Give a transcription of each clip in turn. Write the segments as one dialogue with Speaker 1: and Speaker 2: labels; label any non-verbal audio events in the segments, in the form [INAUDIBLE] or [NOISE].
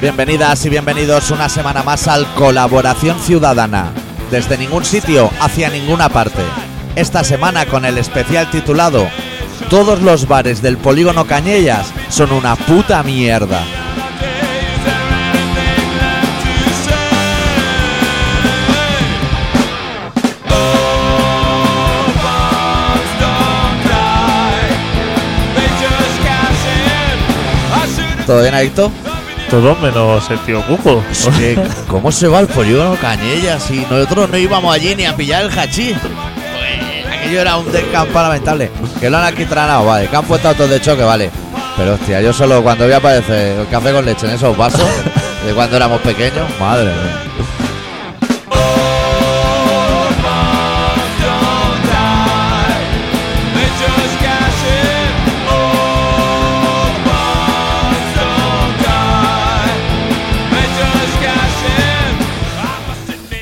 Speaker 1: Bienvenidas y bienvenidos una semana más al Colaboración Ciudadana. Desde ningún sitio hacia ninguna parte. Esta semana con el especial titulado Todos los bares del polígono Cañellas son una puta mierda. ¿Todo bien, Adicto?
Speaker 2: Todo menos el tío Cuco.
Speaker 1: Es que, ¿Cómo se va al polígono Cañellas si nosotros no íbamos allí ni a pillar el hachí? Pues, Aquello era un descampo lamentable. Que lo han aquitranado, vale. Que han puesto autos de choque, vale. Pero hostia, yo solo cuando voy a aparecer el café con leche en esos vasos de cuando éramos pequeños, madre mía.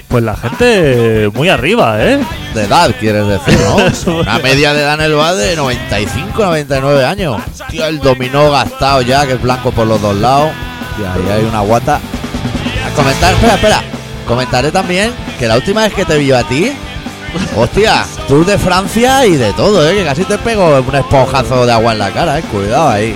Speaker 2: Pues la gente muy arriba, ¿eh?
Speaker 1: De edad, quieres decir, ¿no? Una media de edad en el bar de 95, 99 años. Tío, el dominó gastado ya, que es blanco por los dos lados. Y ahí hay una guata. A comentar, espera, espera. Comentaré también que la última vez que te vio a ti, hostia, Tour de Francia y de todo, ¿eh? Que casi te pego un esponjazo de agua en la cara, ¿eh? Cuidado ahí.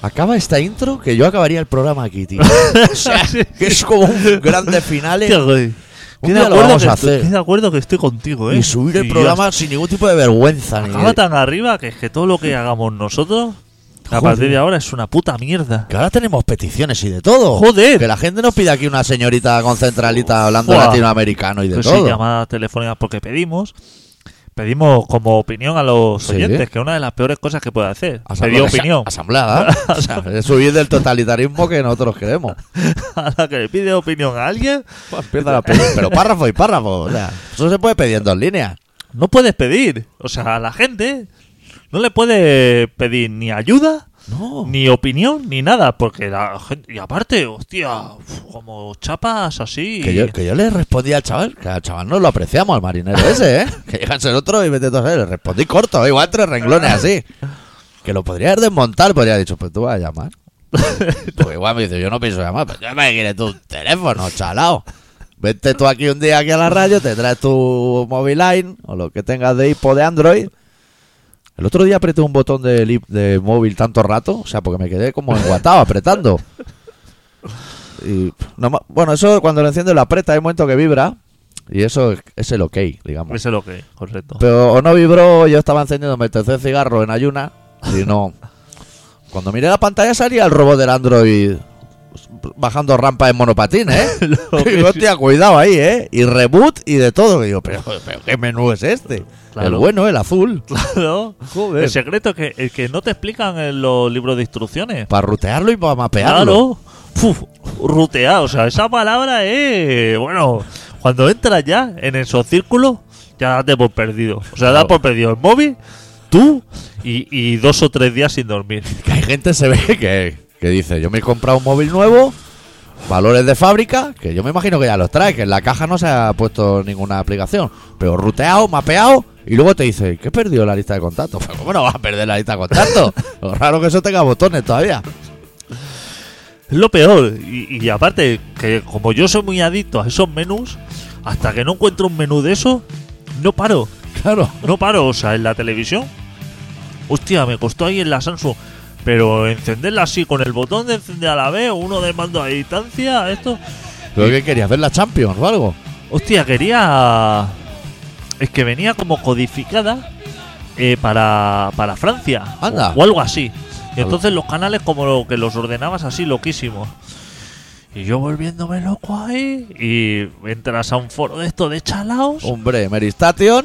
Speaker 1: Acaba esta intro que yo acabaría el programa aquí, tío. O sea, que es como un grande finales.
Speaker 2: Tío, güey.
Speaker 1: Un
Speaker 2: Estoy
Speaker 1: día
Speaker 2: de,
Speaker 1: lo
Speaker 2: acuerdo
Speaker 1: vamos
Speaker 2: que
Speaker 1: a
Speaker 2: estoy,
Speaker 1: hacer.
Speaker 2: estoy de acuerdo que estoy contigo, ¿eh?
Speaker 1: Y subir el
Speaker 2: Y
Speaker 1: programa sin ningún tipo de vergüenza. ni
Speaker 2: Acaba
Speaker 1: de-
Speaker 2: tan arriba que es que todo lo que hagamos nosotros, a
Speaker 1: Joder.
Speaker 2: partir de ahora, es una puta mierda.
Speaker 1: Que ahora tenemos peticiones y de todo.
Speaker 2: Joder.
Speaker 1: Que la gente nos pide aquí una señorita con centralita hablando
Speaker 2: Buah.
Speaker 1: latinoamericano y de
Speaker 2: Pues sí,
Speaker 1: todo.
Speaker 2: llamadas telefónicas porque pedimos. Pedimos como opinión a los
Speaker 1: Sí.
Speaker 2: oyentes, que es una de las peores cosas que puede hacer.
Speaker 1: Asamblea-
Speaker 2: Pedir opinión. [LAUGHS]
Speaker 1: Asamblea. ¿eh? O sea, es subir del totalitarismo que nosotros queremos.
Speaker 2: A la que le pide opinión a alguien,
Speaker 1: Pierda la pe- Pero párrafo y párrafo. O sea, eso se puede pedir en dos líneas.
Speaker 2: no puedes pedir. O sea, a la gente no le puede pedir ni ayuda,
Speaker 1: No.
Speaker 2: ni opinión, ni nada. Porque la gente. Y aparte, hostia, uf, como chapas así.
Speaker 1: Que yo, que yo le respondí al chaval, que al chaval no lo apreciamos, al marinero
Speaker 2: [LAUGHS]
Speaker 1: ese, ¿eh? Que llega a ser otro y vete a toser. Le respondí corto, ¿eh? igual tres renglones así. Que lo podría haber desmontar, podría haber dicho, pues tú vas a
Speaker 2: [LAUGHS]
Speaker 1: llamar. Pues igual me dice, yo no pienso llamar, pero ya me quieres tú un teléfono, chalao. Vente tú aquí un día aquí a la radio, te traes tu móvil line o lo que tengas de iPod de Android. El otro día apreté un botón de, li- de móvil tanto rato, o sea, porque me quedé como enguatado apretando. Y, pff, no ma- bueno, eso cuando lo enciendo lo aprieta, hay un momento que vibra y eso es- es el ok, digamos.
Speaker 2: Es lo que, [LAUGHS] correcto.
Speaker 1: Pero o no vibró, yo estaba encendiendo mi tercer cigarro en ayuna, y no. Cuando miré la pantalla salía el robot del Android bajando rampa en monopatín, ¿eh?
Speaker 2: [LAUGHS] Lo
Speaker 1: Y
Speaker 2: que-
Speaker 1: [LAUGHS] digo, hostia, cuidado ahí, ¿eh? Y reboot y de todo. Y digo, pero, pero ¿qué menú es este? El
Speaker 2: Claro.
Speaker 1: bueno, el azul.
Speaker 2: [LAUGHS] Claro.
Speaker 1: Joder.
Speaker 2: El secreto es que, el que no te explican en los libros de instrucciones.
Speaker 1: Para rutearlo y para mapearlo.
Speaker 2: Claro. Uf, rutear. O sea, esa palabra es. Bueno, cuando entras ya en esos círculos, ya date por perdido. O sea, da
Speaker 1: Claro.
Speaker 2: por perdido el móvil, tú y, y dos o tres días sin dormir.
Speaker 1: Que hay gente se ve que, que dice, yo me he comprado un móvil nuevo, valores de fábrica, que yo me imagino que ya los trae, que en la caja no se ha puesto ninguna aplicación, pero ruteado, mapeado, y luego te dice, ¿qué he perdido la lista de contactos? [LAUGHS] Pues, ¿Cómo no vas a perder la lista de contactos? Lo raro que eso tenga botones todavía.
Speaker 2: Es lo peor. Y, y aparte, que como yo soy muy adicto a esos menús, hasta que no encuentro un menú de eso, no paro.
Speaker 1: Claro.
Speaker 2: No paro, o sea, en la televisión. Hostia, me costó ahí en la Samsung. Pero encenderla así, con el botón de encender a la vez, uno de mando a distancia, esto.
Speaker 1: ¿Pero qué querías? ¿Ver la Champions o algo?
Speaker 2: Hostia, quería. Es que venía como codificada eh, para, para Francia.
Speaker 1: Anda.
Speaker 2: O, o algo así. Y entonces los canales como lo que los ordenabas así, loquísimos. Y yo volviéndome loco ahí. Y entras a un foro de esto de chalaos.
Speaker 1: Hombre, Meristation.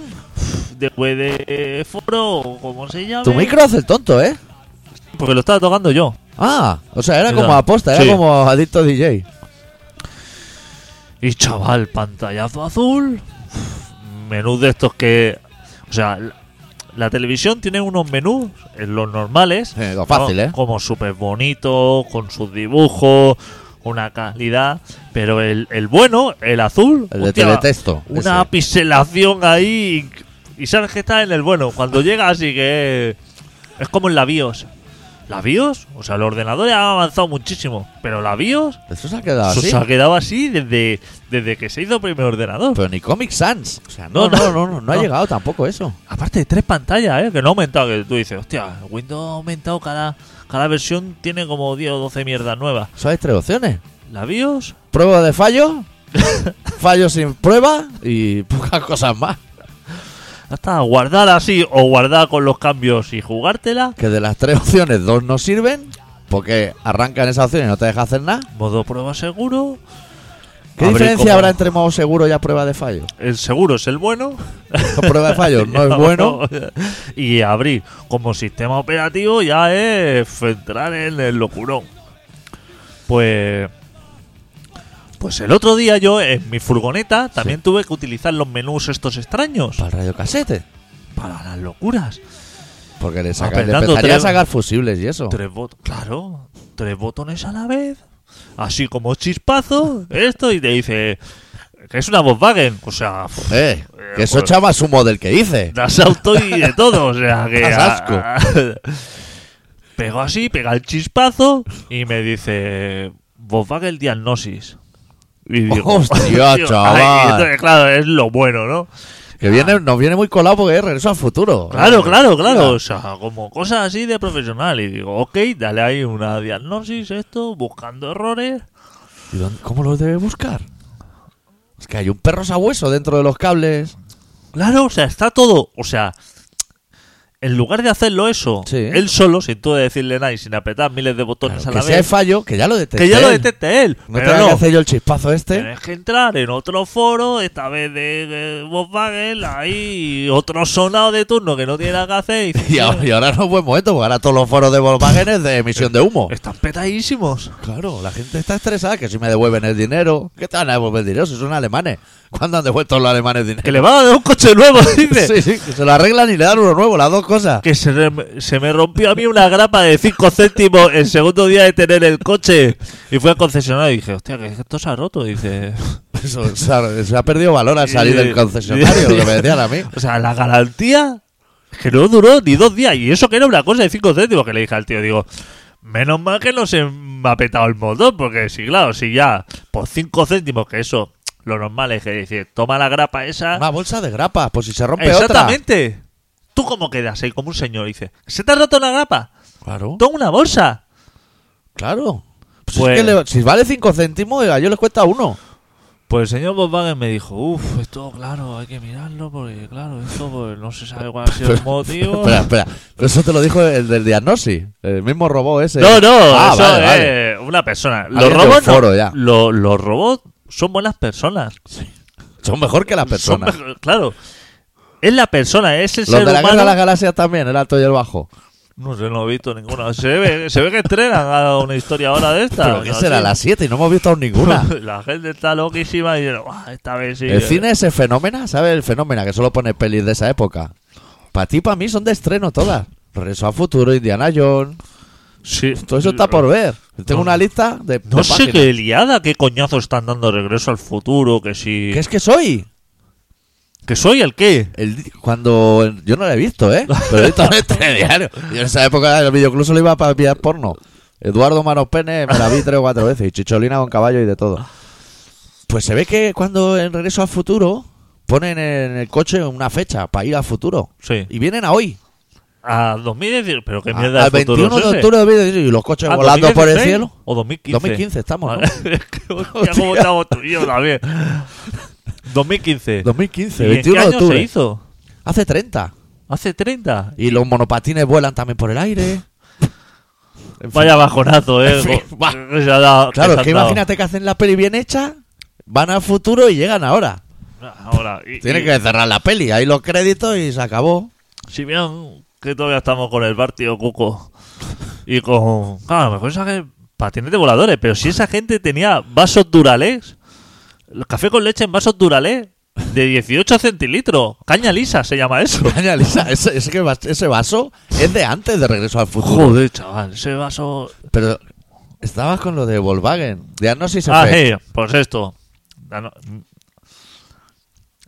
Speaker 2: Después de foro, o como se llama.
Speaker 1: Tu micro hace el tonto, ¿eh?
Speaker 2: Porque lo estaba tocando yo.
Speaker 1: Ah, o sea, era
Speaker 2: Era-
Speaker 1: como aposta, era
Speaker 2: sí.
Speaker 1: como adicto DJ.
Speaker 2: Y chaval, pantallazo azul. Menús de estos que. O sea, la, la televisión tiene unos menús, eh, los normales.
Speaker 1: Eh, lo fácil,
Speaker 2: ¿no?
Speaker 1: ¿eh?
Speaker 2: Como súper bonitos, con sus dibujos, una calidad. Pero el, el bueno, el azul.
Speaker 1: El de
Speaker 2: hostia,
Speaker 1: teletexto.
Speaker 2: Una
Speaker 1: ese.
Speaker 2: pixelación ahí. Y, y sabes que está en el bueno. Cuando llega, así que. Es como en la BIOS. ¿La BIOS? O sea, los ordenadores han avanzado muchísimo. Pero la BIOS.
Speaker 1: Eso se ha quedado así.
Speaker 2: Se ha quedado así desde, desde que se hizo el primer ordenador.
Speaker 1: Pero ni Comic Sans. O sea,
Speaker 2: no,
Speaker 1: no, no, no, no, ha
Speaker 2: no.
Speaker 1: llegado tampoco eso.
Speaker 2: Aparte de tres pantallas, ¿eh? Que no ha aumentado. Que tú dices, hostia, Windows ha aumentado cada, cada versión. Tiene como 10 o 12 mierdas nuevas.
Speaker 1: Solo hay tres opciones.
Speaker 2: La BIOS.
Speaker 1: Prueba de
Speaker 2: [LAUGHS]
Speaker 1: fallo, fallo sin prueba y pocas cosas más.
Speaker 2: Hasta guardar así o guardar con los cambios y jugártela.
Speaker 1: Que de las tres opciones, dos no sirven porque arrancan esa opción y no te deja hacer nada.
Speaker 2: Modo prueba seguro.
Speaker 1: ¿Qué
Speaker 2: Abre
Speaker 1: diferencia
Speaker 2: como-
Speaker 1: habrá entre modo seguro y a prueba de fallo? Pues
Speaker 2: El seguro es el bueno.
Speaker 1: prueba de fallo
Speaker 2: [LAUGHS]
Speaker 1: no es bueno.
Speaker 2: y abrir como sistema operativo ya es entrar en el locurón. Pues. Pues el otro día yo en mi furgoneta también tuve que utilizar los menús estos extraños
Speaker 1: Para el radio casete.
Speaker 2: para las locuras.
Speaker 1: Porque le, saca- le
Speaker 2: Apretando
Speaker 1: empezaría a
Speaker 2: tres-
Speaker 1: sacar fusibles y eso.
Speaker 2: Tres bot claro, tres botones a la vez, así como chispazo, esto, y te dice que es una Volkswagen. O sea, pff,
Speaker 1: Eh, que eso
Speaker 2: pues-
Speaker 1: echa más humo del que dice.
Speaker 2: das auto y de todo, o sea que...
Speaker 1: Das asco.
Speaker 2: [LAUGHS] pego así, pega el chispazo y me dice... Volkswagen Diagnosis. Y [LAUGHS]
Speaker 1: Hostia,
Speaker 2: "Ay",
Speaker 1: chaval.
Speaker 2: entonces, claro, es lo bueno, ¿no?
Speaker 1: Que viene, nos viene muy colado porque es regreso al futuro.
Speaker 2: Claro,
Speaker 1: Eh,
Speaker 2: claro, claro.
Speaker 1: mira.
Speaker 2: O sea, como cosas así de profesional. Y digo, ok, dale ahí una diagnosis, esto, buscando errores.
Speaker 1: ¿Y dónde- ¿Cómo lo debe buscar? Es que hay un perro sabueso dentro de los cables.
Speaker 2: Claro, o sea, está todo. O sea, en lugar de hacerlo eso,
Speaker 1: Sí.
Speaker 2: él solo, sin tú decirle nada y sin apretar miles de botones
Speaker 1: Claro,
Speaker 2: a
Speaker 1: que
Speaker 2: la
Speaker 1: si hay
Speaker 2: vez,
Speaker 1: fallo, que ya lo detecte.
Speaker 2: que ya lo
Speaker 1: él.
Speaker 2: detecte él.
Speaker 1: No
Speaker 2: pero
Speaker 1: tenga
Speaker 2: no,
Speaker 1: que hacer yo el chispazo este.
Speaker 2: Tienes que entrar en otro foro, esta vez de eh, Volkswagen, ahí otro sonado de turno que no tiene nada que hacer. Y,
Speaker 1: [LAUGHS]
Speaker 2: dices,
Speaker 1: Y ahora, y ahora no es buen momento, porque ahora todos los foros de Volkswagen es de emisión de humo.
Speaker 2: Están petadísimos.
Speaker 1: Claro, la gente está estresada, que si me devuelven el dinero. ¿Qué te van a devolver el dinero si son alemanes? ¿Cuándo han devuelto los alemanes dinero?
Speaker 2: Que le van a dar un coche nuevo, [LAUGHS]
Speaker 1: [LAUGHS] Sí,
Speaker 2: dice.
Speaker 1: sí, que se lo arreglan y le dan uno nuevo, las dos cosas.
Speaker 2: Que se, re- se me rompió a mí una grapa de 5 céntimos el segundo día de tener el coche. Y fui al concesionario y dije, hostia, que esto se ha roto. dice,
Speaker 1: Eso, se, ha, se ha perdido valor al salir del concesionario,
Speaker 2: Sí.
Speaker 1: que me decían a [LAUGHS] mí.
Speaker 2: O sea, la garantía que no duró ni dos días. Y eso que era una cosa de cinco céntimos que le dije al tío. Digo, menos mal que no se me ha petado el motor. Porque si, claro, si ya por cinco céntimos, que eso lo normal es que dice, toma la grapa esa.
Speaker 1: Una bolsa de grapas, por si se rompe
Speaker 2: Exactamente. ¿Tú cómo quedas ahí como un señor? Dice, ¿se te ha roto la grapa?
Speaker 1: otra. Claro,
Speaker 2: Toma una bolsa.
Speaker 1: claro. Pues es
Speaker 2: Pues-
Speaker 1: que le- si vale 5 céntimos, a ellos les cuesta uno.
Speaker 2: Pues el señor Volkswagen me dijo, uff, esto claro, hay que mirarlo porque claro, esto pues, no se sabe cuál ha sido el [LAUGHS] motivo.
Speaker 1: Espera, espera. Pero eso te lo dijo el del diagnosis, el mismo robot ese.
Speaker 2: No, no,
Speaker 1: Ah,
Speaker 2: eso
Speaker 1: vale, vale.
Speaker 2: es una persona.
Speaker 1: Alguien
Speaker 2: Los
Speaker 1: del
Speaker 2: robots, no.
Speaker 1: foro, ya.
Speaker 2: Lo- los robots son buenas personas. [LAUGHS]
Speaker 1: Son mejor que las Ah, personas.
Speaker 2: Son mejor- claro. Es la persona, es el
Speaker 1: Los
Speaker 2: ser
Speaker 1: de la guerra
Speaker 2: humano.
Speaker 1: de las galaxias también, el alto y el bajo.
Speaker 2: No sé, no he visto ninguna. Se ve, se ve que estrenan a una historia ahora de esta.
Speaker 1: Pero
Speaker 2: o
Speaker 1: que
Speaker 2: sea,
Speaker 1: será
Speaker 2: sí.
Speaker 1: las 7 y no hemos visto aún
Speaker 2: [LAUGHS]
Speaker 1: ninguna.
Speaker 2: La gente está loquísima y dice, "Buah, esta vez sí.
Speaker 1: El cine ese fenómeno, ¿sabes? El fenómeno que solo pone pelis de esa época. Para ti, para mí son de estreno todas. Regreso a futuro, Indiana Jones.
Speaker 2: Sí.
Speaker 1: Todo eso está por ver. Tengo una lista de. de
Speaker 2: No sé
Speaker 1: páginas.
Speaker 2: qué liada, qué coñazo están dando regreso al futuro, que si...
Speaker 1: ¿Qué es que soy?
Speaker 2: ¿Que soy el qué?
Speaker 1: El di- cuando. Yo no la he visto, ¿eh? Pero he visto en
Speaker 2: [LAUGHS]
Speaker 1: este diario. Yo en esa época el videoclub solo iba para pillar porno. Eduardo Manos Pene me la vi tres o cuatro veces. Y Chicholina con caballo y de todo. Pues se ve que cuando en Regreso al Futuro ponen en el coche una fecha para ir al futuro.
Speaker 2: Sí.
Speaker 1: Y vienen a hoy.
Speaker 2: A 2010, pero qué
Speaker 1: A-
Speaker 2: Pues mierda
Speaker 1: Ah, al
Speaker 2: de futuro
Speaker 1: 21
Speaker 2: es
Speaker 1: de
Speaker 2: ese?
Speaker 1: octubre de 2016, y los coches
Speaker 2: Ah,
Speaker 1: volando por el
Speaker 2: 2016
Speaker 1: cielo.
Speaker 2: ¿O 2015?
Speaker 1: 2015 estamos, ¿no?
Speaker 2: Vale.
Speaker 1: [LAUGHS]
Speaker 2: Hostia, cómo estamos tú y yo también. 2015.
Speaker 1: 2015,
Speaker 2: ¿Y en
Speaker 1: 21
Speaker 2: qué
Speaker 1: de
Speaker 2: año se
Speaker 1: octubre.
Speaker 2: hizo?
Speaker 1: Hace 30.
Speaker 2: ¿Hace 30?
Speaker 1: Y los monopatines vuelan también por el aire. En fin.
Speaker 2: [LAUGHS] Vaya bajonazo, eh.
Speaker 1: En fin,
Speaker 2: [LAUGHS] Jo-
Speaker 1: buah.
Speaker 2: que se ha dado- que
Speaker 1: Claro,
Speaker 2: se
Speaker 1: es que
Speaker 2: han dado.
Speaker 1: imagínate que hacen la peli bien hecha, van al futuro y llegan ahora.
Speaker 2: Ahora, y-
Speaker 1: Tienen
Speaker 2: y-
Speaker 1: que cerrar la peli, ahí los créditos y se
Speaker 2: [LAUGHS]
Speaker 1: acabó.
Speaker 2: Si bien que todavía estamos con el bar, tío Cuco. Y con. Claro, a lo mejor esa gente. Patines de voladores, pero si esa gente tenía vasos durales. El café con leche en vasos durales. De 18 centilitros. Caña lisa se llama eso.
Speaker 1: Vaya, Lisa, ese, ese que vas- ese vaso es de antes de regreso al futuro.
Speaker 2: Joder, chaval, ese vaso.
Speaker 1: Pero estabas con lo de Volkswagen, diagnosis
Speaker 2: Ah,
Speaker 1: Effect.
Speaker 2: sí, pues esto. Ah, no.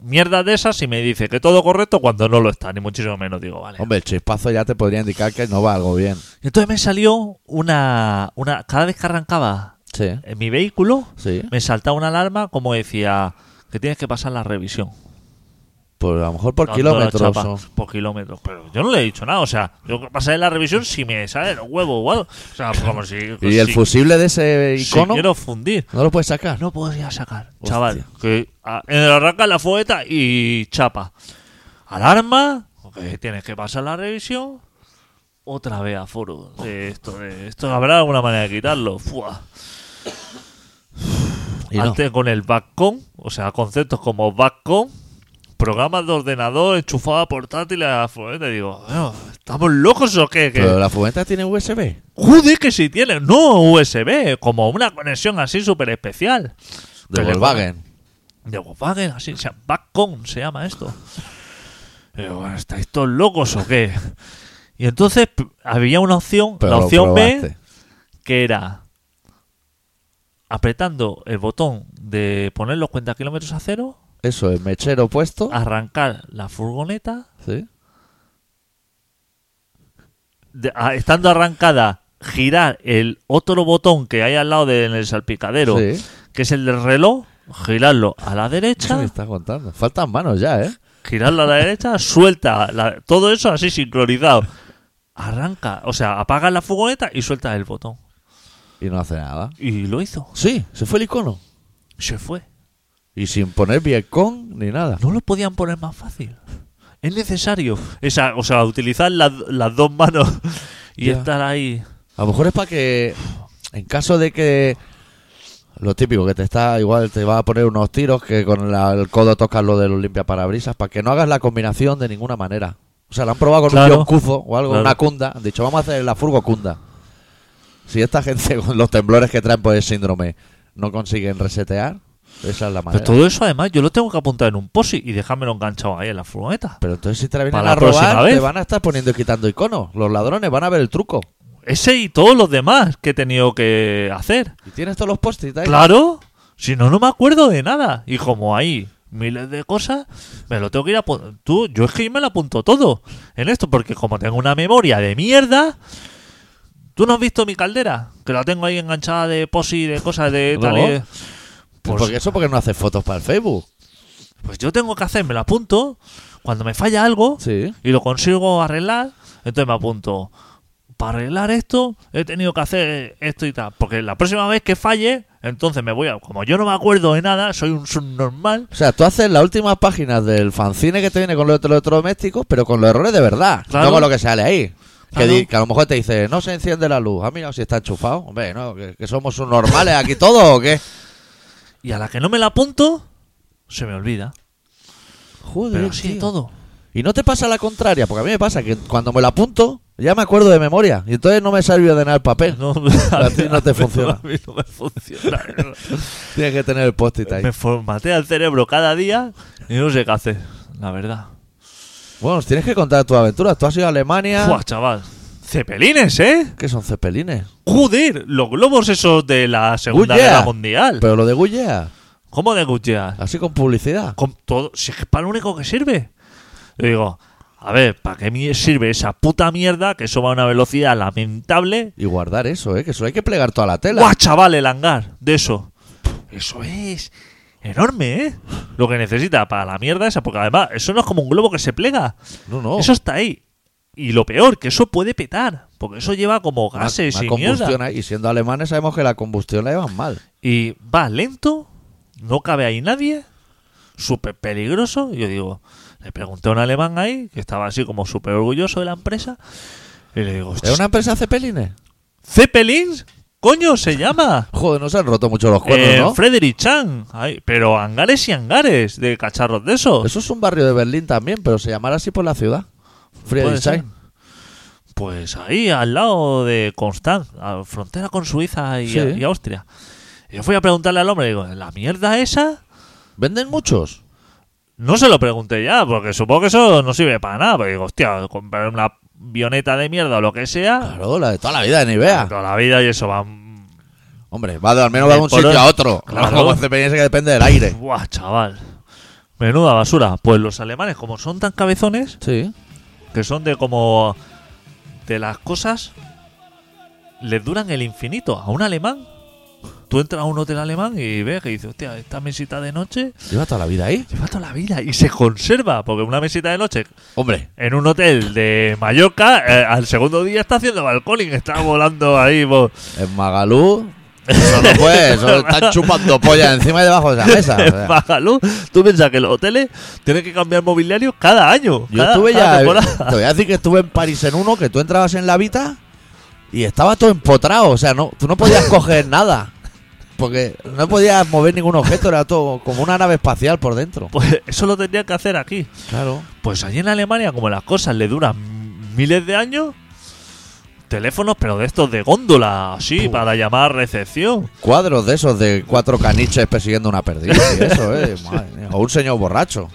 Speaker 2: Mierda de esas y me dice que todo correcto cuando no lo está, ni muchísimo menos. Digo, vale.
Speaker 1: Hombre, el chispazo ya te podría indicar que no va algo bien.
Speaker 2: Y entonces me salió una. una cada vez que arrancaba
Speaker 1: Sí,
Speaker 2: en mi vehículo,
Speaker 1: sí.
Speaker 2: me saltaba una alarma como decía que tienes que pasar la revisión.
Speaker 1: Pues a lo mejor por
Speaker 2: Tanto la
Speaker 1: kilómetros.
Speaker 2: chapa,
Speaker 1: o-
Speaker 2: Por kilómetros. Pero yo no le he dicho nada. O sea, yo que pasaré la revisión si me sale los huevos o algo. O sea, como si.
Speaker 1: Y el
Speaker 2: si-
Speaker 1: fusible de ese
Speaker 2: si
Speaker 1: icono
Speaker 2: quiero fundir.
Speaker 1: no lo puedes sacar.
Speaker 2: No podía sacar.
Speaker 1: Hostia.
Speaker 2: Chaval, que ah, en el arranca la fueta y chapa. Alarma, que tienes que pasar la revisión. Otra vez a foro. De esto, de esto habrá alguna manera de quitarlo. Fua.
Speaker 1: Y no.
Speaker 2: Antes con el backcom, o sea, conceptos como backcom, programas de ordenador, enchufada portátil a fuente. Digo, "Bueno, ¿estamos locos o qué? Que-
Speaker 1: Pero la fumeta tiene USB.
Speaker 2: Joder, que si tiene, no USB, como una conexión así súper
Speaker 1: De
Speaker 2: especial. Teléfono.
Speaker 1: Volkswagen.
Speaker 2: De Volkswagen, así, o sea, Backcon se llama esto. Y digo, bueno, ¿estáis todos locos o qué? Y entonces p- había una opción,
Speaker 1: Pero
Speaker 2: la
Speaker 1: lo
Speaker 2: opción B,
Speaker 1: probaste.
Speaker 2: que era apretando el botón de poner los cuenta kilómetros a cero,
Speaker 1: Eso, el mechero puesto.
Speaker 2: Ah. arrancar la furgoneta,
Speaker 1: Sí.
Speaker 2: de- a- estando arrancada, girar el otro botón que hay al lado del el salpicadero,
Speaker 1: sí.
Speaker 2: que es el del reloj, girarlo a la
Speaker 1: ¿Qué
Speaker 2: derecha.
Speaker 1: me estás contando? Faltan manos ya, ¿eh?
Speaker 2: girarla a la derecha, suelta la- todo eso así sincronizado. Arranca, o sea, apaga la furgoneta y suelta el botón.
Speaker 1: Y no hace nada.
Speaker 2: Y lo hizo,
Speaker 1: Sí, se fue el icono.
Speaker 2: se fue.
Speaker 1: Y sin poner Vietcong ni nada.
Speaker 2: No lo podían poner más fácil. Es necesario, esa, o sea, utilizar las- las dos manos [LAUGHS] y
Speaker 1: Ya.
Speaker 2: estar ahí.
Speaker 1: A lo mejor es para que, en caso de que. Lo típico, que te está igual, te va a poner unos tiros que con la- el codo tocas lo de los limpiaparabrisas, para que no hagas la combinación de ninguna manera. O sea, la han probado con
Speaker 2: Claro.
Speaker 1: un cuzo o algo,
Speaker 2: Claro.
Speaker 1: una cunda. Han dicho, vamos a hacer la furgo cunda. Si esta gente [LAUGHS] con los temblores que traen por el síndrome no consiguen resetear, esa es la
Speaker 2: Pero
Speaker 1: manera. Pero,
Speaker 2: todo eso además yo lo tengo que apuntar en un posi y dejármelo enganchado ahí en la furgoneta.
Speaker 1: entonces si te la vienen
Speaker 2: Para la
Speaker 1: a
Speaker 2: próxima
Speaker 1: robar,
Speaker 2: vez.
Speaker 1: te van a estar poniendo y quitando iconos. Los ladrones van a ver el truco.
Speaker 2: Ese y todos los demás que he tenido que hacer.
Speaker 1: Y tienes todos los post-it ahí.
Speaker 2: Claro, si no, no me acuerdo de nada. Y como hay miles de cosas, me lo tengo que ir apuntando. Tú, yo es que me lo apunto todo en esto, porque como tengo una memoria de mierda. ¿Tú no has visto mi caldera? Que la tengo ahí enganchada de posi, de cosas de
Speaker 1: No.
Speaker 2: tal y-
Speaker 1: Pues
Speaker 2: Pues,
Speaker 1: porque eso porque no haces fotos para el Facebook.
Speaker 2: pues yo tengo que hacer, me lo apunto. Cuando me falla algo
Speaker 1: Sí.
Speaker 2: y lo consigo arreglar, entonces me apunto. Para arreglar esto, he tenido que hacer esto y tal. Porque la próxima vez que falle, entonces me voy a. Como yo no me acuerdo de nada, soy un subnormal.
Speaker 1: O sea, tú haces las últimas páginas del fanzine que te viene con los electrodomésticos, pero con los errores de verdad,
Speaker 2: Claro.
Speaker 1: no con lo que sale ahí. Que,
Speaker 2: Claro.
Speaker 1: di- que a lo mejor te dice, no se enciende la luz. Ah, mira, si está enchufado. Hombre, no, que, que somos normales aquí todos o qué.
Speaker 2: Y a la que no me la apunto, se me olvida.
Speaker 1: Joder,
Speaker 2: Pero sí,
Speaker 1: tío.
Speaker 2: todo.
Speaker 1: Y no te pasa la contraria, porque a mí me pasa que cuando me la apunto, ya me acuerdo de memoria. Y entonces no me sirvió de nada el papel.
Speaker 2: No,
Speaker 1: [LAUGHS] A ti no te
Speaker 2: [LAUGHS] a mí-
Speaker 1: funciona.
Speaker 2: A mí no me funciona.
Speaker 1: [LAUGHS] Tienes que tener el post-it ahí.
Speaker 2: me formatea el cerebro cada día y no sé qué hacer, la verdad.
Speaker 1: Bueno, nos tienes que contar tus aventuras. Tú has ido a Alemania.
Speaker 2: Buah, chaval. Cepelines, ¿eh?
Speaker 1: que son cepelines.
Speaker 2: Joder, los globos esos de la Segunda
Speaker 1: Good
Speaker 2: Guerra
Speaker 1: year.
Speaker 2: Mundial.
Speaker 1: Pero lo de Gullea,
Speaker 2: ¿Cómo de Good year?
Speaker 1: así con publicidad.
Speaker 2: con todo, si es que es para lo único que sirve. Yo digo, a ver, ¿para qué me sirve esa puta mierda que eso va a una velocidad lamentable?
Speaker 1: Y guardar eso, ¿eh? Que eso hay que plegar toda la tela.
Speaker 2: ¡Guau, chaval, el hangar! De eso. Eso es enorme, ¿eh? Lo que necesita para la mierda esa, porque además eso no es como un globo que se plega.
Speaker 1: No, no.
Speaker 2: Eso está ahí. Y lo peor, que eso puede petar, porque eso lleva como
Speaker 1: Una-
Speaker 2: gases
Speaker 1: una
Speaker 2: y mierda.
Speaker 1: combustión ahí. Y siendo alemanes sabemos que la combustión la llevan mal.
Speaker 2: Y va lento, no cabe ahí nadie, súper peligroso. Yo digo, le pregunté a un alemán ahí, que estaba así como súper orgulloso de la empresa, y le digo,
Speaker 1: ¿Es
Speaker 2: "Hostia,
Speaker 1: una empresa hace pelines?
Speaker 2: Zeppelins, coño, se llama.
Speaker 1: Joder, nos han roto mucho los cuernos,
Speaker 2: Eh,
Speaker 1: ¿no?
Speaker 2: Frederick Chan. Ay, pero hangares y hangares de cacharros de esos.
Speaker 1: Eso es un barrio de Berlín también, pero se llamará así por la ciudad.
Speaker 2: Puede ser.
Speaker 1: Friedrichshain.
Speaker 2: Pues ahí, al lado de Constant, a frontera con Suiza y,
Speaker 1: Sí.
Speaker 2: y Austria. Y yo fui a preguntarle al hombre, digo, ¿la mierda esa?
Speaker 1: ¿Venden muchos?
Speaker 2: No se lo pregunté ya, porque supongo que eso no sirve para nada. Porque digo, hostia, comprar una avioneta de mierda o lo que sea,
Speaker 1: Claro, la de toda la vida de Nivea.
Speaker 2: toda la vida y eso va... mm,
Speaker 1: Hombre, va de, al menos va de
Speaker 2: De
Speaker 1: un
Speaker 2: por
Speaker 1: sitio
Speaker 2: un-
Speaker 1: a otro.
Speaker 2: Claro.
Speaker 1: No Como Zeppelin ese que depende del aire.
Speaker 2: Buah, chaval. Menuda basura. Pues los alemanes, como son tan cabezones,
Speaker 1: Sí.
Speaker 2: que son de como... De las cosas, les duran el infinito. A un alemán, tú entras a un hotel alemán y ves que dices, hostia, esta mesita de noche
Speaker 1: Lleva toda la vida ahí.
Speaker 2: lleva toda la vida y se conserva. Porque una mesita de noche
Speaker 1: Hombre,
Speaker 2: en un hotel de Mallorca, eh, al segundo día está haciendo balconing, está volando ahí.
Speaker 1: [LAUGHS]
Speaker 2: po.
Speaker 1: en Magalú. Eso no fue,
Speaker 2: [LAUGHS]
Speaker 1: eso están chupando polla encima y debajo de esa mesa. o
Speaker 2: en
Speaker 1: sea.
Speaker 2: Magalú. Tú piensas que los hoteles tienen que cambiar mobiliario cada año.
Speaker 1: Yo
Speaker 2: cada-
Speaker 1: estuve
Speaker 2: cada
Speaker 1: ya.
Speaker 2: temporada.
Speaker 1: [LAUGHS] Te voy a decir que estuve en París en uno, que tú entrabas en la Vita y estaba todo empotrado. O sea, no, tú no podías coger nada. Porque no podías mover ningún objeto, era todo como una nave espacial por dentro.
Speaker 2: Pues eso lo tendría que hacer aquí.
Speaker 1: Claro.
Speaker 2: Pues allí en Alemania, como las cosas le duran miles de años, teléfonos, pero de estos de góndola, así,
Speaker 1: Puh.
Speaker 2: para llamar a recepción.
Speaker 1: Cuadros de esos de cuatro caniches persiguiendo una perdiz. y eso,
Speaker 2: [LAUGHS]
Speaker 1: eh. madre mía. O un señor borracho.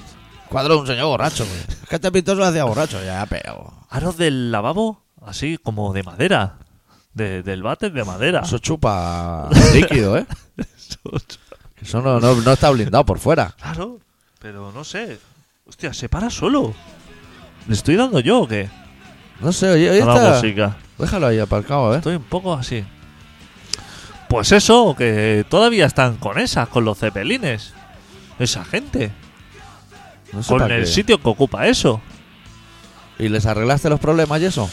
Speaker 1: Cuadro de un señor borracho. güey. Es que este pintor se lo hacía borracho, ya, pero.
Speaker 2: Aros del lavabo, así como de madera. De- del váter de madera.
Speaker 1: Eso chupa líquido,
Speaker 2: [LAUGHS]
Speaker 1: eh. Eso no, no, no está blindado por fuera.
Speaker 2: Claro, pero no sé. Hostia, se para solo. ¿Le estoy dando yo o qué?
Speaker 1: No sé, oye, oye,
Speaker 2: A la
Speaker 1: está-
Speaker 2: música.
Speaker 1: Déjalo ahí aparcado, eh.
Speaker 2: Estoy un poco así. Pues eso, que todavía están con esas, con los cepelines. Esa gente.
Speaker 1: No sé
Speaker 2: Con
Speaker 1: para
Speaker 2: el
Speaker 1: qué.
Speaker 2: sitio que ocupa eso.
Speaker 1: ¿Y les arreglaste los problemas y eso?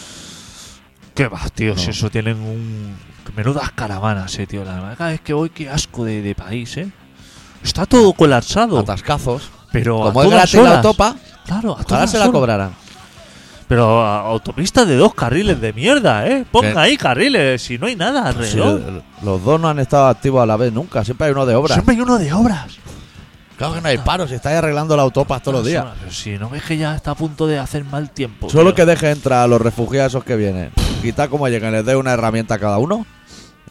Speaker 2: Qué va, tío, si
Speaker 1: No.
Speaker 2: eso tienen un. Menudas caravanas, eh, tío. La verdad, cada vez que voy, qué asco de, de país, eh. Está todo colapsado.
Speaker 1: Atascazos.
Speaker 2: Pero a
Speaker 1: Como es
Speaker 2: todas
Speaker 1: gratis la
Speaker 2: horas.
Speaker 1: autopa,
Speaker 2: Claro, a
Speaker 1: ojalá
Speaker 2: todas
Speaker 1: se la
Speaker 2: horas.
Speaker 1: cobrarán.
Speaker 2: Pero a- autopista de dos carriles de mierda, ¿eh? Ponga
Speaker 1: ¿Qué?
Speaker 2: ahí carriles, si no hay nada
Speaker 1: Sí,
Speaker 2: alrededor.
Speaker 1: lo- los dos no han estado activos a la vez nunca, siempre hay uno de obra.
Speaker 2: Siempre hay uno de obras.
Speaker 1: Claro que no hay paro, si estáis arreglando la autopa todos los días.
Speaker 2: Pero si no ves que ya está a punto de hacer mal tiempo.
Speaker 1: Solo que
Speaker 2: tío.
Speaker 1: deje entrar a los refugiados esos que vienen. Quita como lleguen, les dé una herramienta a cada uno.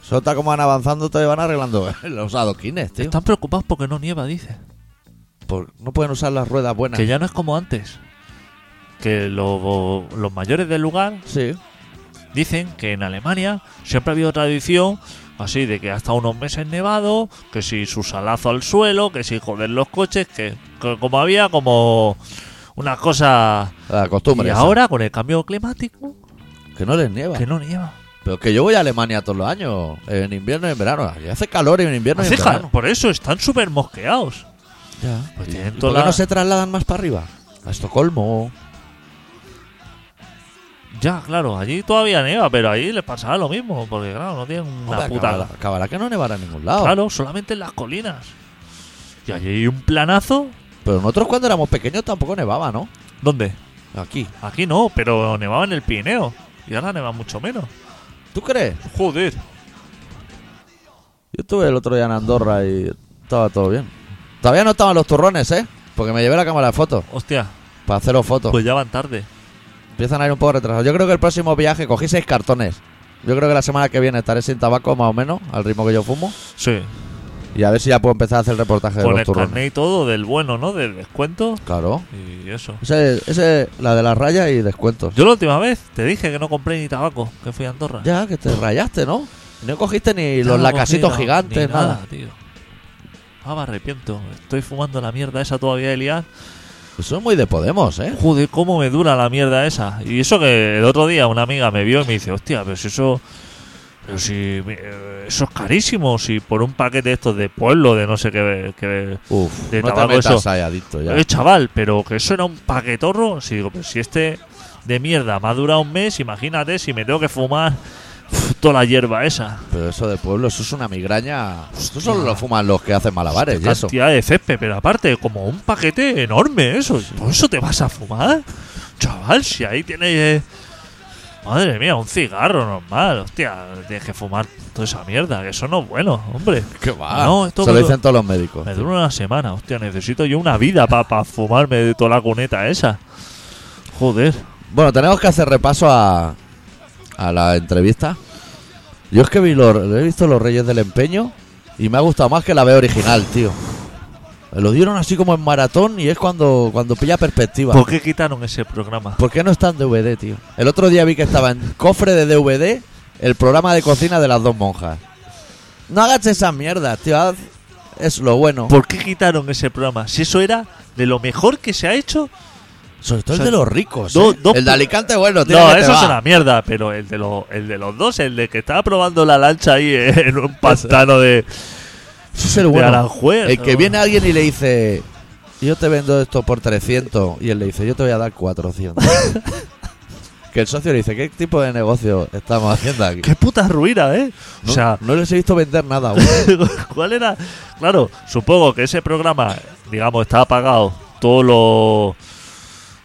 Speaker 1: Sota como van avanzando, te van arreglando [LAUGHS] los adoquines, tío.
Speaker 2: Están preocupados porque no nieva, dice.
Speaker 1: Por- no pueden usar las ruedas buenas.
Speaker 2: Que ya no es como antes. Que lo- los mayores del lugar
Speaker 1: Sí,
Speaker 2: dicen que en Alemania siempre ha habido tradición así de que hasta unos meses nevado, que si su salazo al suelo, que si joder los coches, que, que como había como una cosa...
Speaker 1: la costumbre.
Speaker 2: y
Speaker 1: esa.
Speaker 2: ahora con el cambio climático,
Speaker 1: Que no les nieva.
Speaker 2: que no nieva.
Speaker 1: Pero que yo voy a Alemania todos los años, en invierno y en verano. Aquí hace calor en invierno y
Speaker 2: Hace
Speaker 1: en
Speaker 2: cal-
Speaker 1: verano.
Speaker 2: por eso están súper mosqueados.
Speaker 1: Ya.
Speaker 2: Pues
Speaker 1: ¿Y-
Speaker 2: tienen
Speaker 1: y
Speaker 2: toda
Speaker 1: ¿Por qué
Speaker 2: la-
Speaker 1: no se trasladan más para arriba? A Estocolmo.
Speaker 2: Ya, claro, allí todavía nieva, pero allí les pasará lo mismo, porque claro, no tienen una
Speaker 1: Hombre,
Speaker 2: puta.
Speaker 1: acabará, acabará que no nevará en ningún lado.
Speaker 2: Claro, solamente en las colinas. Y allí hay un planazo.
Speaker 1: Pero nosotros cuando éramos pequeños tampoco nevaba, ¿no?
Speaker 2: ¿Dónde?
Speaker 1: Aquí.
Speaker 2: Aquí no, pero nevaba en el Pirineo. Y ahora neva mucho menos.
Speaker 1: ¿Tú crees?
Speaker 2: Joder.
Speaker 1: Yo estuve el otro día en Andorra y estaba todo bien. Todavía no estaban los turrones, ¿eh? Porque me llevé la cámara de fotos
Speaker 2: Hostia,
Speaker 1: para haceros fotos.
Speaker 2: pues ya van tarde.
Speaker 1: Empiezan a ir un poco retrasados. Yo creo que el próximo viaje cogí seis cartones. Yo creo que la semana que viene estaré sin tabaco más o menos, al ritmo que yo fumo.
Speaker 2: Sí.
Speaker 1: Y a ver si ya puedo empezar a hacer el reportaje de
Speaker 2: Con
Speaker 1: los
Speaker 2: el
Speaker 1: turrones.
Speaker 2: carnet y todo del bueno, ¿no? Del descuento.
Speaker 1: Claro.
Speaker 2: Y eso.
Speaker 1: Ese, ese, la de las rayas y descuentos.
Speaker 2: Yo la última vez te dije que no compré ni tabaco, que fui a Andorra.
Speaker 1: Ya, que te rayaste, ¿no? No cogiste ni
Speaker 2: Ya
Speaker 1: los
Speaker 2: no
Speaker 1: lacasitos
Speaker 2: cogí nada,
Speaker 1: gigantes,
Speaker 2: ni
Speaker 1: nada.
Speaker 2: tío. Ah, me arrepiento. Estoy fumando la mierda esa todavía de liar.
Speaker 1: Eso es muy de Podemos, ¿eh?
Speaker 2: Joder, cómo me dura la mierda esa. Y eso que el otro día una amiga me vio y me dice, hostia, pero si eso. Pero si. eh, Eso es carísimo. Si por un paquete de estos de pueblo, de no sé qué. qué-
Speaker 1: Uf,
Speaker 2: De
Speaker 1: no te
Speaker 2: tabaco
Speaker 1: metas
Speaker 2: eso.
Speaker 1: ahí, adicto, ya.
Speaker 2: eh, chaval, pero que eso era un paquetorro. Si digo, pero si este de mierda me ha durado un mes, imagínate si me tengo que fumar uf, toda la hierba esa.
Speaker 1: Pero eso de pueblo, eso es una migraña. Eso solo
Speaker 2: Hostia.
Speaker 1: lo fuman los que hacen malabares y eso.
Speaker 2: Cantidad de césped, pero aparte, como un paquete enorme, eso. ¿Por eso te vas a fumar? Chaval, si ahí tienes. eh, Madre mía, un cigarro normal, hostia, tienes que fumar toda esa mierda, que eso no es bueno, hombre.
Speaker 1: ¿Qué va?
Speaker 2: No, esto
Speaker 1: Se lo
Speaker 2: me-
Speaker 1: dicen todos los médicos.
Speaker 2: Me dura una semana, hostia, necesito yo una vida para fumarme de toda la cuneta esa. Joder.
Speaker 1: Bueno, tenemos que hacer repaso a, a la entrevista. Yo es que vi los, he visto Los Reyes del Empeño y me ha gustado más que la veo original, tío. Me Lo dieron así como en maratón y es cuando, cuando pilla perspectiva.
Speaker 2: ¿Por qué quitaron ese programa?
Speaker 1: ¿Por qué no está en DVD, tío? El otro día vi que estaba en cofre de DVD el programa de cocina de las dos monjas. No hagas esas mierdas, tío. haz- Es lo bueno.
Speaker 2: ¿Por qué quitaron ese programa? Si eso era de lo mejor que se ha hecho.
Speaker 1: Sobre todo el
Speaker 2: o sea,
Speaker 1: de los ricos.
Speaker 2: do-
Speaker 1: ¿eh?
Speaker 2: do-
Speaker 1: el de Alicante, bueno, tío.
Speaker 2: No, eso es una mierda, pero el de, lo- el de los dos, el de que estaba probando la lancha ahí eh, en un pantano de,
Speaker 1: es el
Speaker 2: de
Speaker 1: bueno.
Speaker 2: Aranjuez.
Speaker 1: El que
Speaker 2: ¿no?
Speaker 1: viene alguien y le dice, yo te vendo esto por 300 y él le dice, yo te voy a dar
Speaker 2: [LAUGHS]
Speaker 1: 400. que el socio le dice, ¿qué tipo de negocio estamos haciendo aquí?
Speaker 2: Qué puta ruina, ¿eh?
Speaker 1: No,
Speaker 2: O sea,
Speaker 1: no les he visto vender nada.
Speaker 2: [LAUGHS]
Speaker 1: aún.
Speaker 2: ¿Cuál era? Claro, supongo que ese programa, digamos, estaba pagado todos los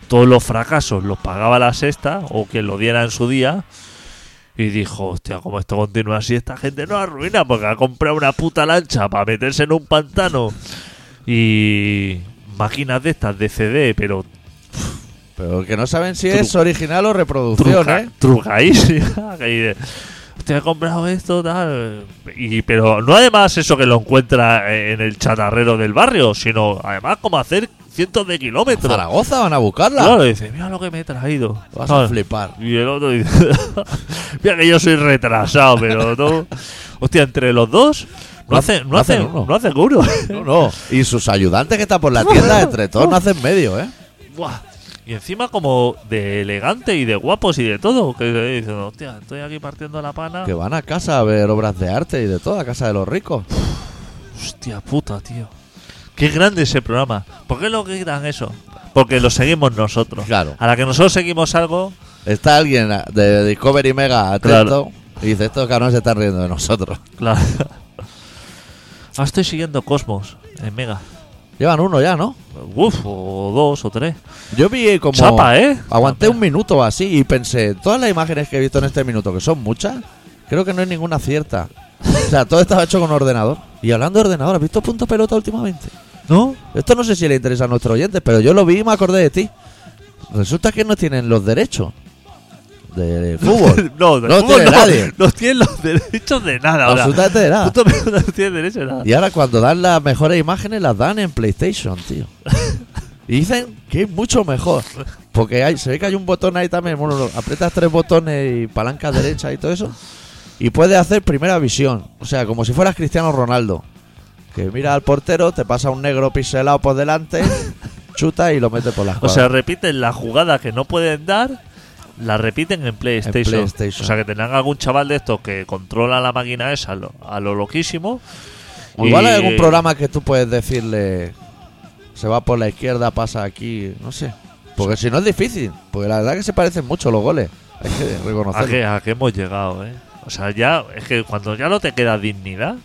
Speaker 2: todos los fracasos los pagaba la sexta o quien lo diera en su día. Y dijo, hostia, como esto continúa así, esta gente no arruina porque ha comprado una puta lancha para meterse en un pantano. Y máquinas de estas de CD, pero
Speaker 1: Pero que no saben si
Speaker 2: Tru-
Speaker 1: es original o reproducción,
Speaker 2: truca,
Speaker 1: ¿eh?
Speaker 2: [LAUGHS] trucaísima. que dice, Hostia, he comprado esto, tal. Y, pero no además eso que lo encuentra en el chatarrero del barrio, sino además como hacer cientos de
Speaker 1: ¿A
Speaker 2: kilómetros.
Speaker 1: Zaragoza van a buscarla.
Speaker 2: Claro, dice, mira lo que me he traído.
Speaker 1: Vas a
Speaker 2: Claro.
Speaker 1: flipar.
Speaker 2: Y el otro dice, [LAUGHS] mira que yo soy retrasado, pero no. Hostia, entre los dos no
Speaker 1: No-
Speaker 2: hacen, no
Speaker 1: no hacen
Speaker 2: hacen,
Speaker 1: uno.
Speaker 2: [LAUGHS] no hacen uno.
Speaker 1: No, no. Y sus ayudantes que están por
Speaker 2: [LAUGHS]
Speaker 1: la tienda, entre todos, no hacen medio, ¿eh?
Speaker 2: Buah. Y encima como de elegante y de guapos y de todo, que dice, hostia, estoy aquí partiendo la pana.
Speaker 1: Que van a casa a ver obras de arte y de todo, a casa de los ricos.
Speaker 2: Hostia puta, tío. Qué grande ese programa. ¿Por qué lo quitan eso? Porque lo seguimos nosotros.
Speaker 1: Claro.
Speaker 2: A la que nosotros seguimos algo,
Speaker 1: Está alguien de Discovery Mega atento
Speaker 2: Claro.
Speaker 1: y dice, estos cabrones se están riendo de nosotros. [LAUGHS]
Speaker 2: claro. Ahora estoy siguiendo Cosmos en Mega.
Speaker 1: Llevan uno ya, ¿no?
Speaker 2: Uf, o dos o tres.
Speaker 1: Yo vi como...
Speaker 2: Chapa, ¿eh?
Speaker 1: Aguanté un minuto o así y pensé, todas las imágenes que he visto en este minuto, que son muchas, creo que no hay ninguna cierta. O sea, todo estaba hecho con ordenador. Y hablando de ordenador, ¿has visto punto pelota últimamente?
Speaker 2: ¿No?
Speaker 1: Esto no sé si le interesa a nuestros oyentes, pero yo lo vi y me acordé de ti. Resulta que no tienen los derechos de fútbol.
Speaker 2: [LAUGHS] no, de
Speaker 1: No
Speaker 2: fútbol
Speaker 1: tiene nadie.
Speaker 2: [LAUGHS] No tienen los derechos de nada ahora.
Speaker 1: absolutamente de nada.
Speaker 2: Puto mierda, [LAUGHS] no tienen derecho a nada.
Speaker 1: Y ahora cuando dan las mejores imágenes las dan en PlayStation, tío. Y dicen que es mucho mejor. Porque hay, se ve que hay un botón ahí también. Bueno, lo- aprietas tres botones y palanca derecha y todo eso. Y puedes hacer primera visión. O sea, como si fueras Cristiano Ronaldo. Que mira al portero, te pasa un negro pincelado por delante, chuta y lo mete por las
Speaker 2: O sea, repiten la jugada que no pueden dar, la repiten en PlayStation.
Speaker 1: PlayStation.
Speaker 2: O sea, que tendrán algún chaval de estos que controla la máquina esa a lo, a lo loquísimo.
Speaker 1: O Igual hay
Speaker 2: Y-
Speaker 1: algún programa que tú puedes decirle se va por la izquierda, pasa aquí, no sé. Porque si no es difícil, porque la verdad que se parecen mucho los goles. Hay que
Speaker 2: ¿A
Speaker 1: reconocerlo.
Speaker 2: qué, a qué hemos llegado, eh? O sea, ya, es que cuando ya no te queda dignidad.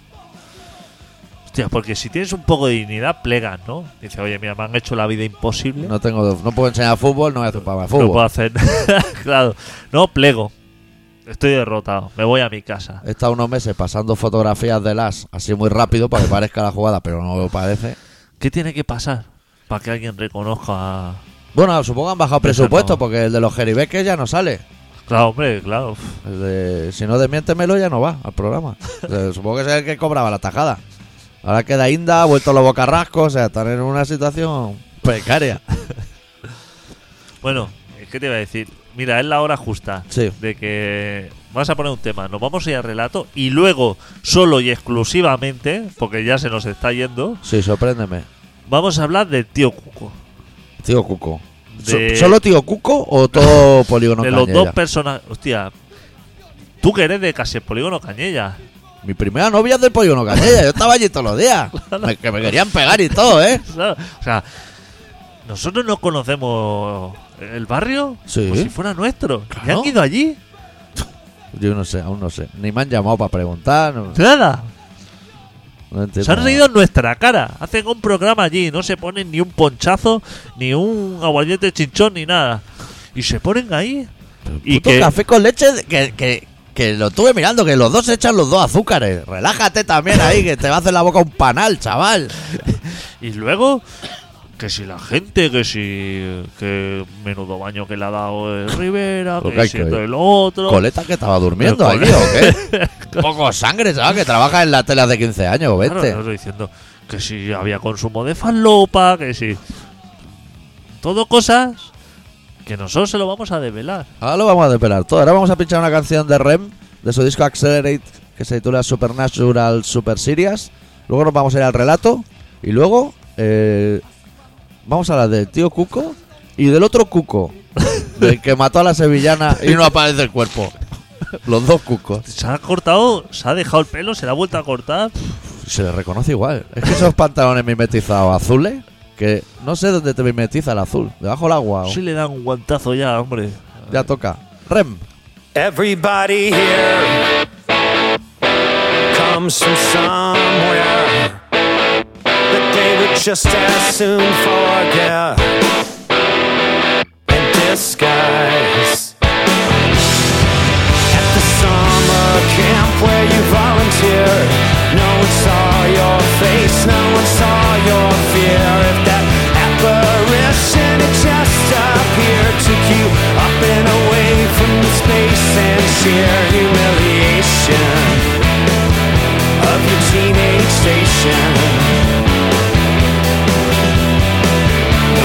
Speaker 2: Hostia, porque si tienes un poco de dignidad, plegas, ¿no? Dices, oye, mira, me han hecho la vida imposible.
Speaker 1: No tengo no puedo enseñar fútbol, no voy a hacer para
Speaker 2: no puedo
Speaker 1: fútbol.
Speaker 2: hacer. [LAUGHS] claro, no plego. Estoy derrotado, me voy a mi casa.
Speaker 1: He estado unos meses pasando fotografías de las así muy rápido para que parezca la jugada, pero no lo parece.
Speaker 2: ¿Qué tiene que pasar para que alguien reconozca?
Speaker 1: Bueno, supongo que han bajado
Speaker 2: Eso
Speaker 1: presupuesto
Speaker 2: no.
Speaker 1: porque el de los jeribeques ya no sale.
Speaker 2: Claro, hombre, claro. uf.
Speaker 1: El de, Pues, eh, si no desmiéntemelo ya no va al programa. O sea, [LAUGHS] supongo que es el que cobraba la tajada. Ahora queda Inda, ha vuelto los bocarrascos, o sea, están en una situación precaria.
Speaker 2: Bueno, ¿qué te iba a decir? Mira, es la hora justa.
Speaker 1: Sí.
Speaker 2: De que vas a poner un tema, nos vamos a ir al relato y luego, solo y exclusivamente, porque ya se nos está yendo,
Speaker 1: Sí, sorpréndeme.
Speaker 2: vamos a hablar del tío Cuco.
Speaker 1: Tío Cuco. So-
Speaker 2: De,
Speaker 1: ¿Solo tío Cuco o [LAUGHS] todo polígono
Speaker 2: de los
Speaker 1: Cañella?
Speaker 2: dos personajes. Hostia, tú que eres de casi el polígono Cañella. [LAUGHS]
Speaker 1: Mi primera novia es del polígono Cañella. Yo estaba allí todos los días. Me- que me querían pegar y todo, ¿eh?
Speaker 2: ¿sabes? O sea, nosotros no conocemos el barrio
Speaker 1: Sí.
Speaker 2: como si fuera nuestro. ¿Y
Speaker 1: Claro.
Speaker 2: han ido allí?
Speaker 1: Yo no sé, aún no sé. Ni me han llamado para preguntar. No,
Speaker 2: Nada.
Speaker 1: no entiendo.
Speaker 2: Se han
Speaker 1: nada.
Speaker 2: reído en nuestra cara. Hacen un programa allí. No se ponen ni un ponchazo, ni un aguardiente chinchón, ni nada. Y se ponen ahí Y
Speaker 1: Puto
Speaker 2: que-
Speaker 1: café con leche de- que, que- que lo estuve mirando, que los dos echan los dos azúcares. Relájate también ahí, que te va a hacer la boca un panal, chaval.
Speaker 2: Y luego, que si la gente, que si. que menudo baño que le ha dado
Speaker 1: [LAUGHS]
Speaker 2: el Rivera,
Speaker 1: Lo que
Speaker 2: que
Speaker 1: hay
Speaker 2: si
Speaker 1: que
Speaker 2: esto,
Speaker 1: ver.
Speaker 2: el otro.
Speaker 1: Coleta que estaba durmiendo ahí,
Speaker 2: Pero
Speaker 1: ¿o
Speaker 2: [LAUGHS]
Speaker 1: qué? Poco sangre, chaval, que trabaja en la tela de 15 años,
Speaker 2: Claro,
Speaker 1: vete.
Speaker 2: yo estoy diciendo que si había consumo de falopa, que si. Todo cosas que nosotros se lo vamos a develar.
Speaker 1: Ahora lo vamos a desvelar todo. Ahora vamos a pinchar una canción de Rem, de su disco Accelerate, que se titula Supernatural Super Series. Luego nos vamos a ir al relato. Y luego eh, vamos a la del tío Cuco y del otro Cuco, [LAUGHS] del que mató a la sevillana y no aparece el cuerpo. Los dos cucos.
Speaker 2: Se ha cortado, se ha dejado el pelo, se le ha vuelto a cortar.
Speaker 1: Se le reconoce igual. Es que esos pantalones mimetizados azules, que no sé dónde te mimetiza el azul, debajo del agua. o-
Speaker 2: Sí le dan un guantazo ya, hombre.
Speaker 1: Ya toca. Rem.
Speaker 3: Everybody here comes from somewhere that they would just as soon forget and disguise. At the summer camp where you volunteered, no one saw your face, no one saw your fear. If that apparition had just appeared, took you up and away from the space and sheer humiliation of your teenage station.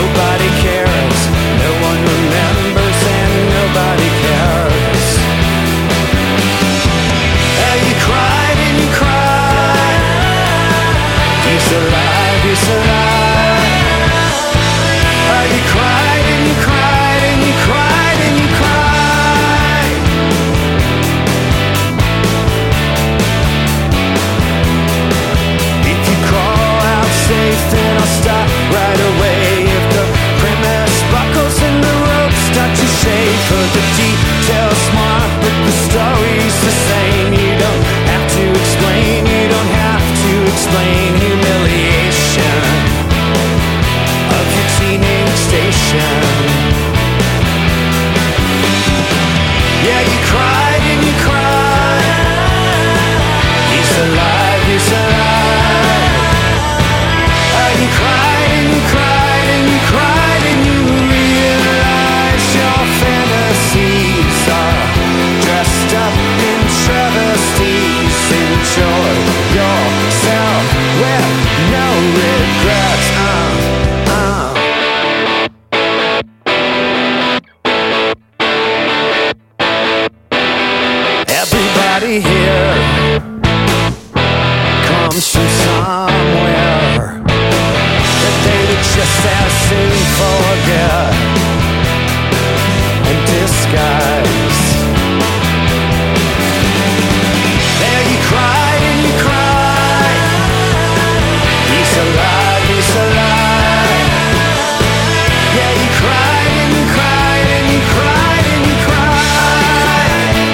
Speaker 3: Nobody cares, no one remembers, and nobody cares. And you cried and you cried. He's alive, he's alive. Oh, you cried and you cried and you cried and you cried. If you call out safe, then I'll stop right away. If the premise buckles and the rope start to shake, for the details smart, but the story's the same. You don't have to explain, you don't have to explain humiliation of your teenage station. Yeah, you cried and you cried. He's alive, he's alive. And you cried and you cried and you cried and you realize your fantasies are dressed up in travesties. Enjoy yourself with no regrets. Uh, uh. uh. Everybody here comes from somewhere that they would just as soon forget and disguise. There you cried and you cried. He's alive, he's alive. Yeah, you cried and you cried and you cried and you cried.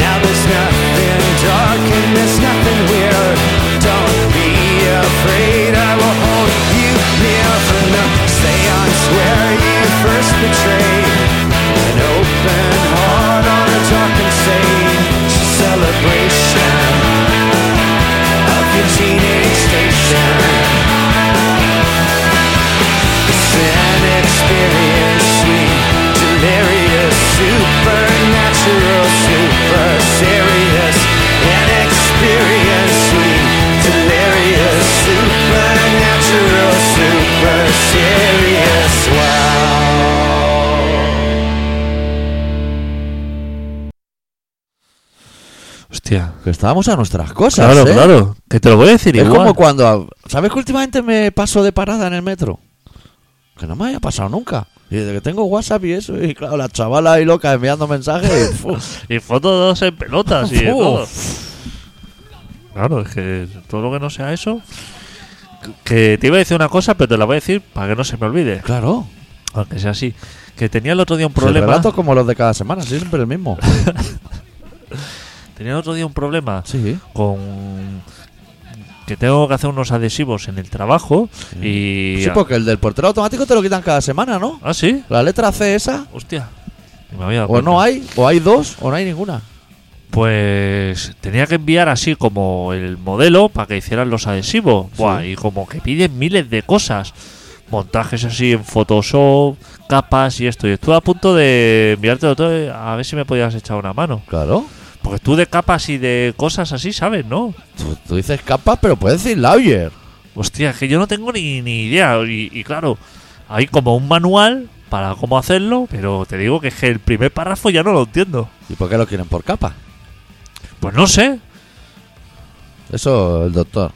Speaker 3: Now there's nothing dark and there's nothing weird. Don't be afraid, I will hold you near from the seance where you first betrayed. An open heart on a dark and sage celebration of your teenage station. It's an experience, sweet, delirious, supernatural, super serious. An experience, sweet, delirious, supernatural, super serious. Wow.
Speaker 2: Hostia.
Speaker 1: Que estábamos a nuestras cosas.
Speaker 2: Claro,
Speaker 1: ¿eh?
Speaker 2: claro. Que te lo voy a decir
Speaker 1: Es
Speaker 2: igual.
Speaker 1: como cuando. ¿Sabes que últimamente me paso de parada en el metro? Que no me haya pasado nunca. Y desde que tengo WhatsApp y eso, y claro, la chavala ahí loca enviando mensajes. y, fu,
Speaker 2: Y fotos en pelotas y de
Speaker 1: Uf.
Speaker 2: todo. Claro, es que todo lo que no sea eso. Que te iba a decir una cosa, pero te la voy a decir para que no se me olvide.
Speaker 1: claro.
Speaker 2: Aunque sea así. Que tenía el otro día un
Speaker 1: Problema.
Speaker 2: problema.
Speaker 1: como los de cada semana, sí, siempre el mismo.
Speaker 2: Tenía el otro día un problema
Speaker 1: Sí.
Speaker 2: con. que tengo que hacer unos adhesivos en el trabajo y...
Speaker 1: Sí, porque el del portero automático te lo quitan cada semana, ¿no?
Speaker 2: Ah, sí.
Speaker 1: La letra C esa,
Speaker 2: Hostia. Ni me había dado
Speaker 1: o no
Speaker 2: cuenta.
Speaker 1: hay, o hay dos, o no hay ninguna.
Speaker 2: Pues tenía que enviar así como el modelo para que hicieran los adhesivos. Buah, y como que piden miles de cosas. Montajes así en Photoshop, capas y esto. Y estuve a punto de enviártelo todo eh, a ver si me podías echar una mano.
Speaker 1: Claro.
Speaker 2: Porque tú de capas y de cosas así sabes, ¿no?
Speaker 1: Tú, tú dices capas, pero puedes decir Lauyer.
Speaker 2: Hostia, es que yo no tengo ni, ni idea. Y, y claro, hay como un manual para cómo hacerlo, pero te digo que es que el primer párrafo ya no lo entiendo.
Speaker 1: ¿Y por qué lo quieren por capa?
Speaker 2: Pues no sé,
Speaker 1: Eso el doctor.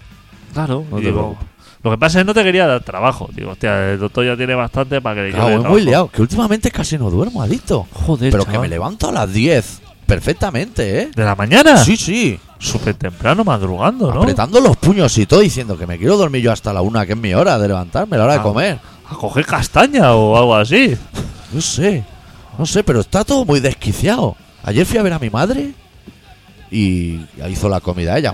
Speaker 2: Claro,
Speaker 1: No
Speaker 2: y
Speaker 1: te
Speaker 2: digo,
Speaker 1: preocupes.
Speaker 2: lo que pasa es que no te quería dar trabajo. Digo, hostia, el doctor ya tiene bastante para que le
Speaker 1: Claro,
Speaker 2: lleve
Speaker 1: voy
Speaker 2: trabajo.
Speaker 1: muy liado. Que últimamente casi no duermo, adicto.
Speaker 2: Joder,
Speaker 1: Pero que me
Speaker 2: chaval.
Speaker 1: levanto a las 10. Perfectamente, ¿eh?
Speaker 2: ¿De la mañana?
Speaker 1: Sí, sí.
Speaker 2: Súper temprano, madrugando, Ah. ¿no?
Speaker 1: Apretando los puños y todo, diciendo que me quiero dormir yo hasta la una, que es mi hora de levantarme, la hora
Speaker 2: Ah.
Speaker 1: de comer.
Speaker 2: A coger castaña o algo así.
Speaker 1: No sé, no sé, pero está todo muy desquiciado. Ayer fui a ver a mi madre y hizo la comida ella